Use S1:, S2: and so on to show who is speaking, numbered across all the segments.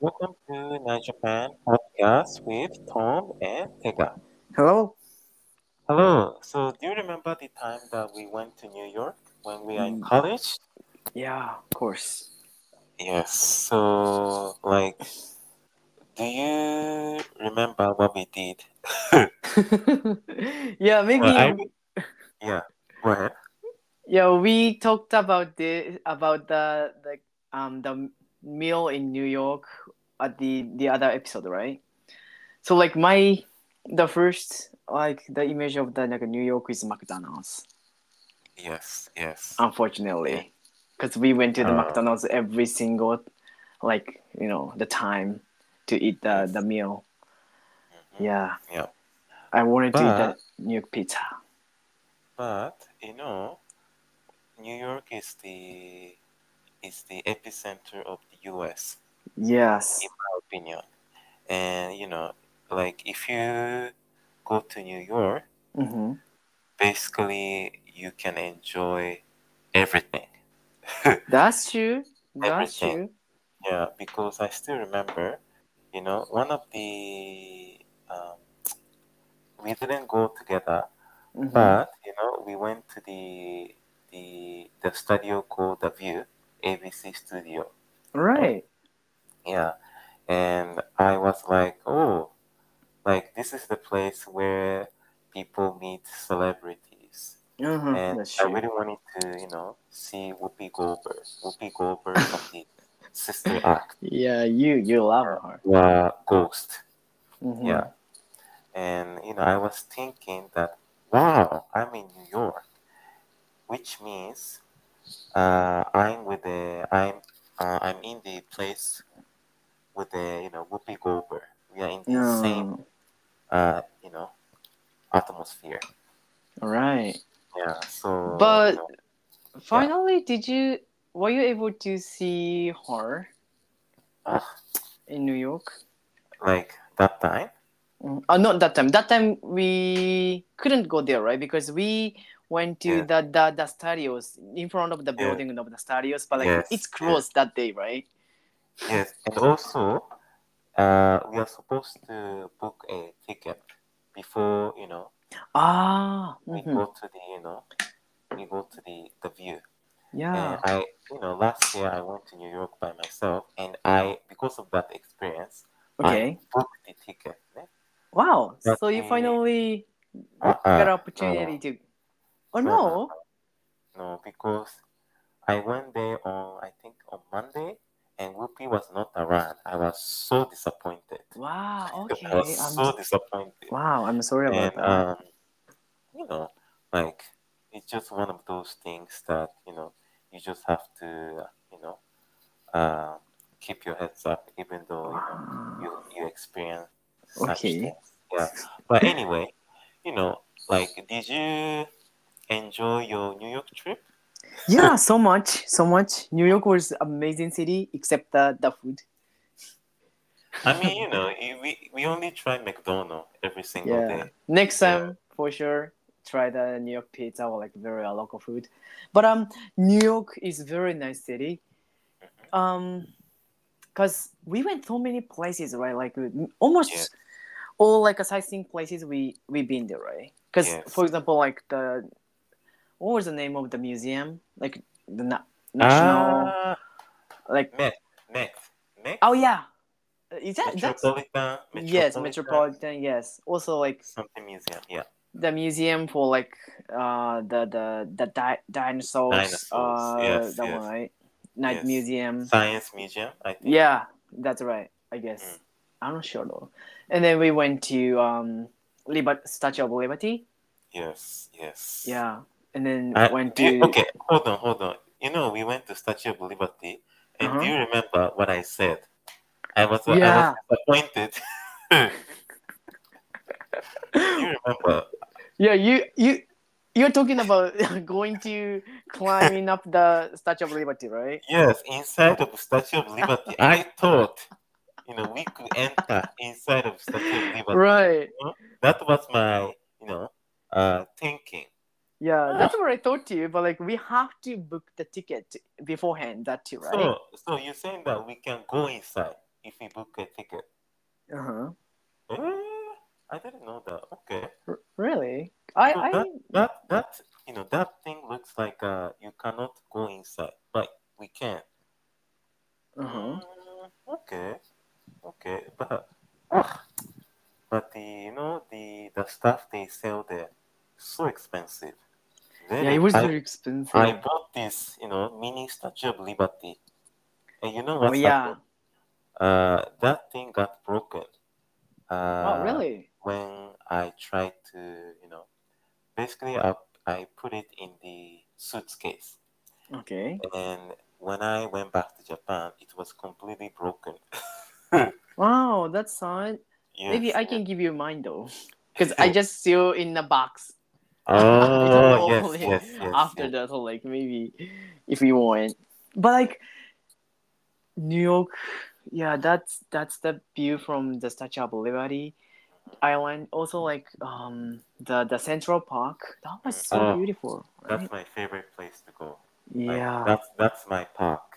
S1: Welcome to Nijapan podcast with Tom and Tega.
S2: Hello?
S1: Hello. So, do you remember the time that we went to New York when we are in
S2: Mm,
S1: college?
S2: Yeah, of course.
S1: Yes. So, like, do you remember what we did?
S2: yeah,
S1: Well, I
S2: maybe
S1: yeah. Go ahead.
S2: yeah, we talked about the about the the um the meal in New York at the the other episode, right? So like my the first like the image of the like New York is McDonald's,
S1: Yes. Yes.
S2: Oh. unfortunately, because we went to the
S1: Uh,
S2: McDonald's every single like you know the time to eat the the
S1: yes.
S2: meal.
S1: hmm
S2: Yeah,
S1: Yeah.
S2: I wanted to eat
S1: But
S2: the New York pizza.
S1: but you know, New York is the is the epicenter of the U.S. in
S2: Yes.
S1: my opinion. And you know, like if you go to New York,
S2: Mm-hmm.
S1: basically you can enjoy everything.
S2: That's true. That's
S1: everything.
S2: true.
S1: Yeah, because I still remember, you know, one of the um, we didn't go together,
S2: Mm-hmm.
S1: but you know, we went to the the the studio called The View, ABC Studio, right?
S2: Right.
S1: Yeah, and I was like, oh, like this is the place where people meet celebrities
S2: Uh-huh.
S1: and
S2: That's
S1: i
S2: true.
S1: really wanted to you know see whoopi goldberg whoopi goldberg from the sister act
S2: yeah, you you love her.
S1: uh, ghost yeah
S2: Mm-hmm.
S1: and you know i was thinking that wow i'm in new york which means uh, i'm with the i'm uh, i'm in the place with the you know whoopi goldberg we are in the same
S2: Yeah.
S1: uh, you know atmosphere
S2: All Mm-hmm. right.
S1: yeah so you
S2: But
S1: know yeah
S2: finally, did you were you able to see her
S1: Ah,
S2: in New York?
S1: like that time
S2: Mm. Uh, not that time. That time we couldn't go there, right? Because we went to
S1: yeah
S2: the the, the studios in front of the
S1: yeah
S2: building of the studios, but like it's
S1: yes yes
S2: closed that day, right?
S1: yes and also uh we are supposed to book a ticket before you know
S2: Ah.
S1: we
S2: Mm-hmm.
S1: go to the you know we go to the the view and
S2: Yeah.
S1: i you know last year i went to new york by myself and i because of that experience i
S2: Okay.
S1: booked the ticket eh?
S2: Wow.
S1: but
S2: So you
S1: the
S2: finally got
S1: uh-uh
S2: an
S1: no
S2: opportunity to. Oh
S1: no no
S2: no.
S1: because I went there on I think on Monday and Whoopi was not around. I was so disappointed.
S2: Wow.
S1: I was
S2: Okay. I'm.
S1: so disappointed.
S2: Wow. I'm sorry
S1: uh, And
S2: about that.
S1: um, you know, like it's just one of those things that, you know, you just have to, you know, um, keep your heads up even though, you know,
S2: Wow.
S1: you you experience such
S2: Okay.
S1: things. Yeah. But anyway, you know, like did you enjoy your New York trip?
S2: Yeah. So much. So much. New York was amazing city, except the the food.
S1: I mean, you know, i- we we only try McDonald's every single
S2: yeah.
S1: day.
S2: Next
S1: Yeah.
S2: time for sure. Try the New York pizza or like very uh, local food, but um, New York is very nice city.
S1: Mm-hmm.
S2: Um, cause we went so many places, right? Like
S1: Yes.
S2: almost all like sightseeing places we we been there, right? Because for
S1: Yes.
S2: example, like the what was the name of the museum? Like the na- national,
S1: Ah,
S2: like
S1: Met, Met, Met,
S2: oh yeah, is that that's
S1: Metropolitan,
S2: yes,
S1: Metropolitan,
S2: metropolitan, yes. Also like
S1: something museum. Yeah.
S2: the museum for like uh the the the di- dinosaurs,
S1: Dinosaurs.
S2: uh
S1: Yes.
S2: that one
S1: Yes.
S2: right? Night
S1: Yes.
S2: museum,
S1: Science museum, I think.
S2: yeah, that's right. I
S1: Mm.
S2: guess I'm not sure though. And then we went to um, Liber- Statue of Liberty.
S1: Yes. Yes.
S2: Yeah, and then
S1: Uh,
S2: went
S1: do you,
S2: to
S1: okay. Hold on. Hold on. You know, we went to Statue of Liberty,
S2: uh
S1: and do
S2: huh.
S1: you remember what I said? I was I was
S2: Yeah,
S1: disappointed. you remember?
S2: yeah. You you you're talking about going to climbing up the Statue of Liberty, right?
S1: Yes, inside of Statue of Liberty. I thought, you know, we could enter inside of Statue of Liberty.
S2: right.
S1: You know? That was my, you know, uh, thinking.
S2: Yeah,
S1: Ah,
S2: that's what I thought to you. But like, we have to book the ticket beforehand. That too, right?
S1: so, so you're saying that we can go inside? if we book a ticket.
S2: Uh huh.
S1: Eh, I didn't know that. Okay.
S2: Really? I
S1: So
S2: I
S1: that, that that you know that thing looks like uh you cannot go inside, but we can.
S2: uh huh.
S1: Mm, okay, okay, but ugh, but the you know the the stuff they sell there so expensive.
S2: Yeah,
S1: Very-
S2: it was
S1: I,
S2: very expensive.
S1: I bought this you know mini Statue of Liberty, and you know
S2: oh
S1: what?
S2: yeah.
S1: Uh, that thing got broken. Uh,
S2: oh really?
S1: when I tried to, you know, basically I, I put it in the suitcase.
S2: Okay.
S1: And when I went back to Japan, it was completely broken.
S2: Wow, that's sad.
S1: Yes.
S2: Maybe I can give you mine though, because I just still in a box.
S1: Oh, yes,
S2: Only
S1: yes, yes.
S2: After
S1: yes.
S2: that, so like maybe if you want, but like New York, yeah, that's that's the view from the Statue of Liberty Island. Also, like um the the Central Park, that was so
S1: Oh.
S2: beautiful. Right?
S1: That's my favorite place to go. Like,
S2: Yeah,
S1: That's, that's my park.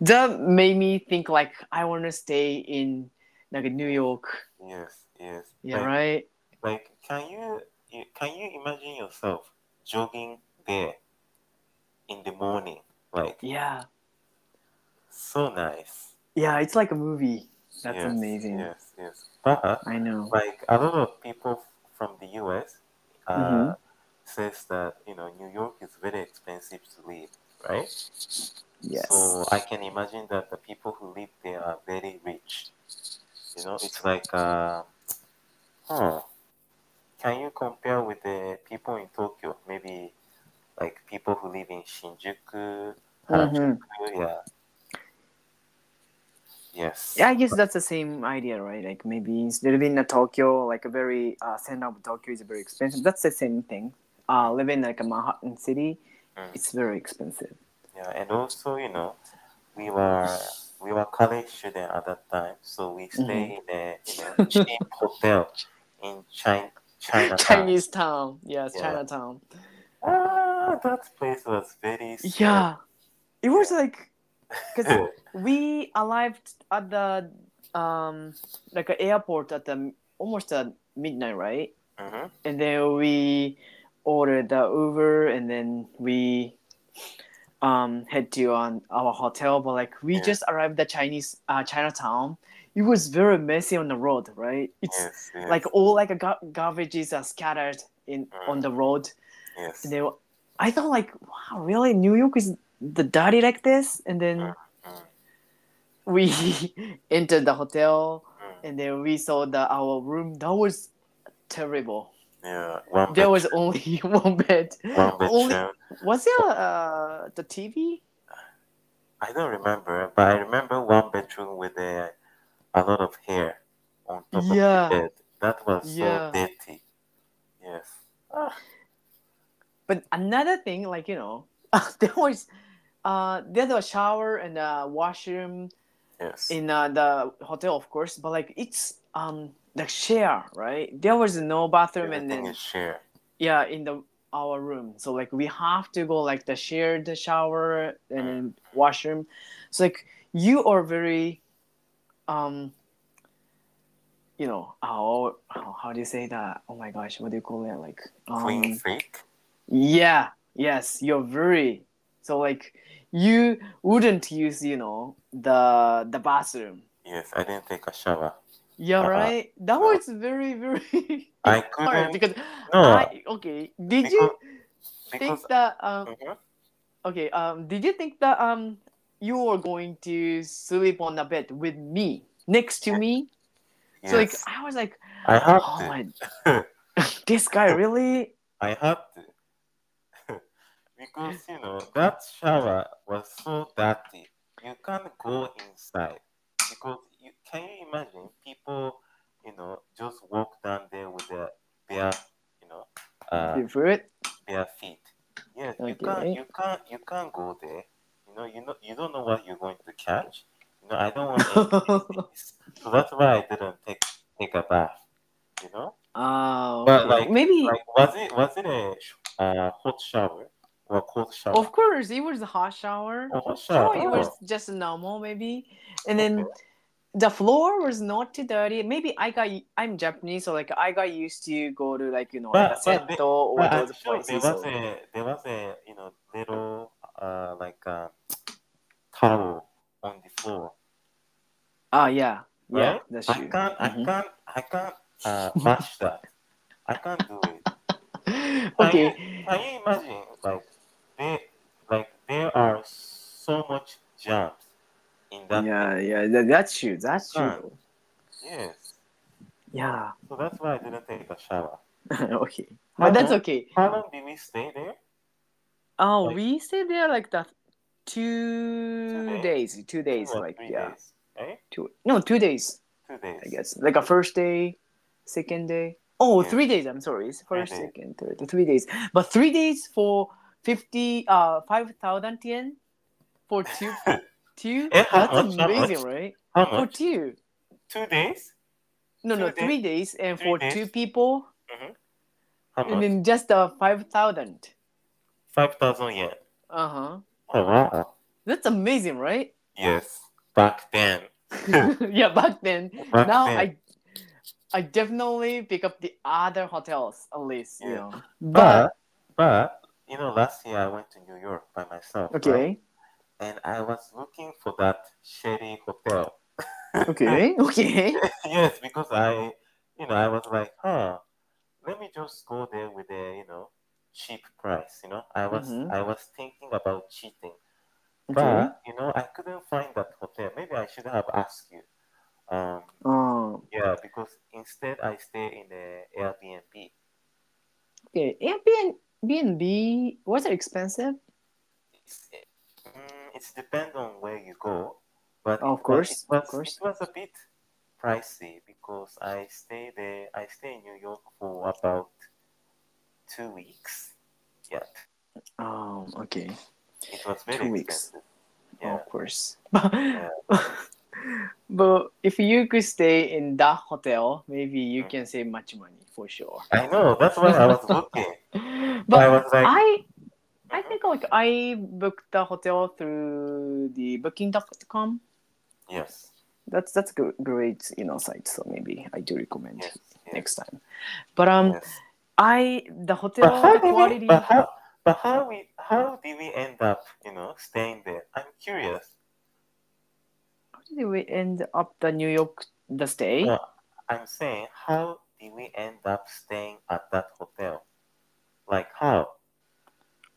S2: that made me think like I want to stay in like New York.
S1: Yes, yes.
S2: Yeah,
S1: like,
S2: right.
S1: like, can you you- can you imagine yourself jogging there in the morning? Like,
S2: Yeah,
S1: so nice.
S2: yeah, it's like a movie. That's
S1: Yes,
S2: amazing.
S1: Yes, yes. But uh,
S2: I know.
S1: like a lot of people from the US uh,
S2: Mhm.
S1: says that you know New York is very expensive to live, right?
S2: Yes.
S1: So I can imagine that the people who live there are very rich. You know, it's like, uh, huh? Can you compare with the people in Tokyo? Maybe like people who live in Shinjuku, Harajuku,
S2: Mhm.
S1: yeah. Yes.
S2: Yeah, I guess that's the same idea, right? Like maybe instead of living in Tokyo, like a very uh, center of Tokyo is very expensive. That's the same thing. Uh, living like a Manhattan city,
S1: Mm.
S2: it's very expensive.
S1: Yeah, and also, you know, we were we were college student at that time, so we stay in
S2: Mm-hmm.
S1: a in a cheap hotel in China. China.
S2: Chinese town, yes,
S1: Yeah.
S2: Chinatown.
S1: Ah, that place was very. small.
S2: Yeah, it was like because we arrived at the um like a airport at the almost at midnight, right?
S1: Mhm.
S2: and then we ordered the Uber, and then we um head to on our hotel. But like we
S1: Yeah.
S2: just arrived at Chinese uh, Chinatown. It was very messy on the road, right? It's
S1: Yes, yes,
S2: like all like gar- garbages are uh, scattered in
S1: Mm.
S2: on the road.
S1: yes.
S2: And then I thought like, wow, really, New York is the dirty like this? And then
S1: Mm,
S2: we entered the hotel,
S1: mm.
S2: and then we saw the our room. That was terrible.
S1: Yeah, one
S2: There
S1: bed,
S2: was only one bed.
S1: one bed
S2: only-
S1: chair.
S2: Was there uh, the TV?
S1: I don't remember, but I remember one bedroom with a a lot of hair on top
S2: Yeah.
S1: of the bed. That was so
S2: Yeah.
S1: dirty. Yes. Ah,
S2: But another thing, like you know, there was uh, there's a shower and a washroom
S1: yes.
S2: in uh, the hotel, of course. But like it's um the share, right? There was no bathroom, and
S1: Everything
S2: then
S1: is shared.
S2: yeah, in the our room. So like we have to go like the shared shower and then washroom. So like you are very, um, you know, how how how do you say that? Oh my gosh, what do you call it? Like um,
S1: Queen freak.
S2: Yeah. Yes, you're very. So like you wouldn't use, you know, the the bathroom.
S1: Yes, I didn't take a shower.
S2: Yeah,
S1: Uh-uh.
S2: right. That
S1: No.
S2: was very very
S1: I
S2: hard
S1: couldn't
S2: because
S1: no
S2: I okay. Did you think
S1: because
S2: that um
S1: Mhm.
S2: okay um did you think that um you were going to sleep on the bed with me next to me? So like
S1: Yes,
S2: I was like,
S1: I had
S2: oh
S1: to.
S2: my, this guy really
S1: I had to because you know that shower was so dirty. You can't go inside because you can you imagine people you know just walk down there with their bare you know uh,
S2: different.
S1: bare feet. Yes, you
S2: Okay.
S1: can't, you can't, you can't go there. You know, you know, you don't know what you're going to catch. You know, I don't want any disease. so that's why I didn't take take a bath. You know,
S2: Oh,
S1: But,
S2: okay.
S1: like-
S2: maybe
S1: like was it was it a sh- uh, hot shower or cold shower?
S2: Of course, it was a hot shower.
S1: Oh, hot
S2: Oh,
S1: shower.
S2: it was just normal maybe, and then the floor was not too dirty. Maybe I got I'm Japanese, so like I got used to go to like you know
S1: But-
S2: like a
S1: but
S2: Sento or
S1: Well, I'm
S2: those
S1: sure there
S2: places.
S1: was
S2: so-
S1: a there was a you know little uh like um towel on the floor.
S2: Ah, yeah, yeah,
S1: Right?
S2: that's
S1: I
S2: true.
S1: can't I
S2: Mhm.
S1: can't I can't uh match that. I can't do it.
S2: okay.
S1: Can you imagine like there like there are so much germs in that
S2: Yeah, yeah, that, that's true. That's true.
S1: Huh. yes.
S2: Yeah.
S1: So that's why I didn't take a shower.
S2: okay.
S1: How
S2: But that's
S1: long-
S2: okay.
S1: How long did we stay there?
S2: Oh,
S1: Like-
S2: we stayed there like that two
S1: Two
S2: days, two days,
S1: Two or
S2: like
S1: three
S2: yeah,
S1: days, right?
S2: two no, two days,
S1: Two days.
S2: I guess. Like a first day, second day. Oh,
S1: Yeah. Uh-huh.
S2: three days. I'm sorry, it's
S1: Three
S2: first,
S1: days.
S2: second, third, three days. But three days for fifty, uh, five thousand yen for two, two.
S1: Eh, how
S2: That's
S1: much? How
S2: amazing,
S1: much?
S2: right?
S1: How
S2: For
S1: much?
S2: two.
S1: Two days?
S2: No, no,
S1: Two Mm-hmm. days.
S2: three days, and
S1: Three
S2: for
S1: days.
S2: two people,
S1: How
S2: and
S1: much?
S2: then just uh, five thousand.
S1: Five thousand yen.
S2: Uh huh.
S1: Oh wow.
S2: That's amazing, right?
S1: Yes. Back then.
S2: yeah, back then.
S1: Back
S2: now
S1: then.
S2: I I definitely pick up the other hotels at least, you
S1: Yeah.
S2: know.
S1: But
S2: But,
S1: but you know, last year I went to New York by myself. right?
S2: okay.
S1: And I was looking for that shady hotel.
S2: Okay. Okay.
S1: yes, because I you know, I was like, huh, let me just go there with a, you know, cheap price, you know. I was
S2: Mhm.
S1: I was thinking about cheating.
S2: okay.
S1: But you know, I couldn't find that hotel. Maybe I should have asked you. Um
S2: Oh,
S1: yeah, because instead I stay in a Airbnb.
S2: okay. Airbnb was it expensive?
S1: it's, mm, it's depend on where you go, but
S2: Oh,
S1: it was-
S2: Of course,
S1: it was,
S2: of course.
S1: it was a bit pricey because I stay there. I stay in New York for about two weeks. Yeah,
S2: Um, okay.
S1: it was very
S2: Two weeks.
S1: expensive. Yeah,
S2: Of course. But, but if you could stay in that hotel, maybe
S1: Mm.
S2: you can save much money for sure.
S1: I know. That's why I was looking. I
S2: But
S1: was like,
S2: I I think like I booked the hotel through the booking.com.
S1: yes,
S2: That's that's a great you know site. So maybe I do recommend
S1: yes, yes,
S2: next time. But um,
S1: yes.
S2: I the hotel
S1: But how
S2: the
S1: did
S2: quality.
S1: we? But how? But how we? How did we end up? You know, staying there. I'm curious.
S2: how did we end up the New York the stay?
S1: Yeah. I'm saying, how did we end up staying at that hotel? Like, how?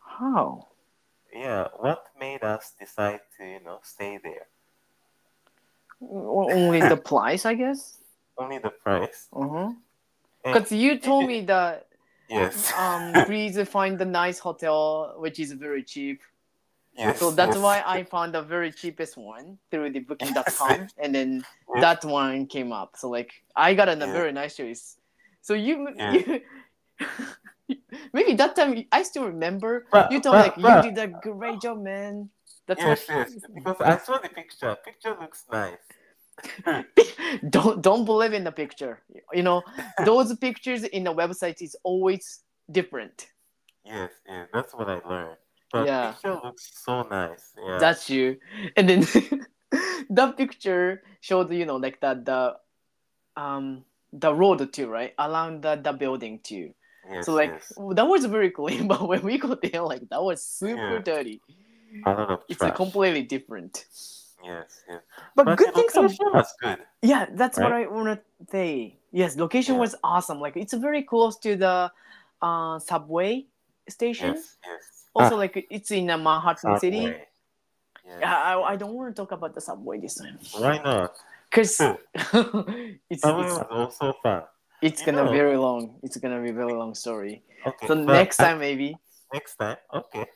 S2: How?
S1: Yeah, what made us decide to, you know, stay there?
S2: O- Only the price, I guess.
S1: Only the price.
S2: Because
S1: And-
S2: you told me that
S1: yes.
S2: um, please find the nice hotel which is very cheap.
S1: yes.
S2: So
S1: yes,
S2: that's why I found the very cheapest one through the booking.com and then
S1: yes.
S2: that one came up. So like I got a
S1: Yeah.
S2: very nice choice. So you,
S1: Yeah.
S2: you maybe that time I still remember
S1: But-
S2: you told me, like
S1: but- but-
S2: you did a great job, man. That's
S1: Uh, Yes,
S2: what
S1: yes. Because I saw the picture. Picture looks nice.
S2: don't don't believe in the picture. You know those pictures in the website is always different.
S1: Yes, yes. That's what I learned. But
S2: Yeah.
S1: picture looks so nice. Yeah.
S2: That's you, and then that picture showed you know like the the um the road too, right around the, the building too.
S1: yes,
S2: So like
S1: yes.
S2: that was very clean, but when we got there, like that was super
S1: Yeah.
S2: dirty.
S1: a lot of
S2: It's
S1: trash.
S2: a completely different.
S1: Yes, yes.
S2: But,
S1: But
S2: good
S1: the
S2: things. are-
S1: location was good.
S2: yeah, that's what I wanna say. Yes, location
S1: Yeah.
S2: was awesome. Like it's very close to the uh, subway station.
S1: Yes, yes.
S2: Also,
S1: Ah,
S2: like it's in uh, Manhattan City.
S1: subway. Yes,
S2: Yeah, I, I
S1: yes.
S2: don't want to talk about the subway this time
S1: Why not?
S2: because
S1: Subway
S2: it's it's,
S1: was also fun.
S2: it's
S1: You
S2: gonna
S1: know-
S2: be very long. It's gonna be very long story.
S1: Okay.
S2: So
S1: but
S2: next
S1: I-
S2: time maybe.
S1: next time. Okay.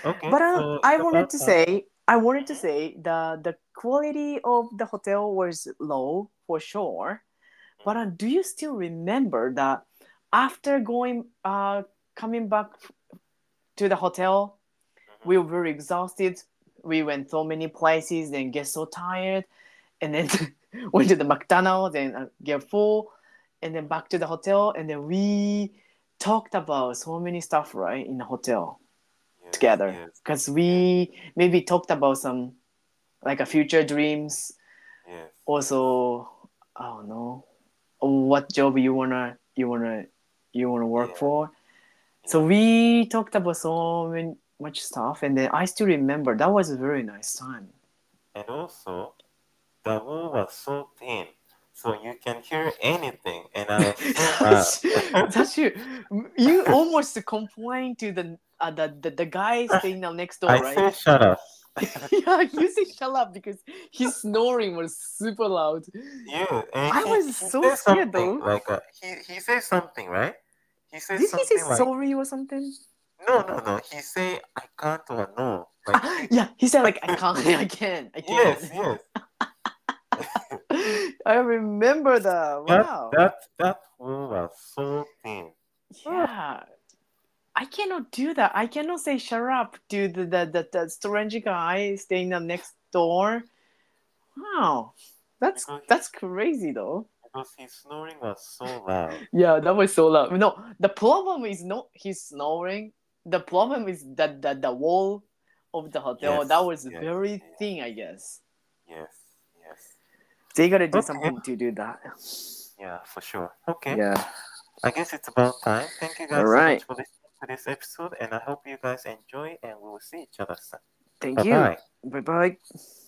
S1: Okay.
S2: but uh,
S1: so
S2: I
S1: it's
S2: wanted
S1: about
S2: to
S1: time.
S2: say I wanted to say the the quality of the hotel was low for sure. But uh, do you still remember that after going uh coming back to the hotel, we were exhausted. We went so many places and get so tired, and then went to the McDonald's and uh, get full, and then back to the hotel, and then we talked about so many stuff right in the hotel
S1: Yes,
S2: together
S1: yes,
S2: because we maybe talked about some like a future dreams
S1: yes.
S2: also i don't know what job you wanna you wanna you wanna work
S1: Yeah.
S2: for so we talked about so many, much stuff and then i still remember that was a very nice time
S1: And also, the wall was so thin, so you can hear anything. And I was so mad.
S2: that's, that's you you almost complained to the uh, the, the the guy staying now next door
S1: uh, I
S2: right
S1: said, shut up.
S2: yeah you say shut up because his snoring was super loud
S1: Yeah, and
S2: I
S1: he,
S2: was
S1: he
S2: so
S1: said
S2: scared,
S1: something
S2: though.
S1: Like uh, he he said something, right? He said
S2: did he
S1: something
S2: say
S1: like
S2: sorry or something
S1: no, no, no. He said I can't or no. Like
S2: Ah, yeah he said like i can't i can't i can't
S1: yes, yes.
S2: I remember that.
S1: That
S2: Wow.
S1: that that wall was so thin.
S2: yeah. I cannot do that. I cannot say shut up to the the, the, the strange guy staying the next door. Wow. That's
S1: Because-
S2: that's crazy though.
S1: because his snoring was so loud.
S2: Yeah, that was so loud. No, the problem is not he's snoring. The problem is that the, the wall of the hotel
S1: Yes,
S2: that was
S1: yes,
S2: very
S1: yes.
S2: thin, I guess.
S1: Yes, yes.
S2: They gotta
S1: Okay.
S2: do something to do that.
S1: Yeah, for sure. Okay.
S2: Yeah.
S1: I guess it's about time. Thank you guys
S2: All
S1: so
S2: right.
S1: much for listening to this episode, and I hope you guys enjoy, and we will see each other soon.
S2: Thank
S1: Bye bye.
S2: you. Bye bye.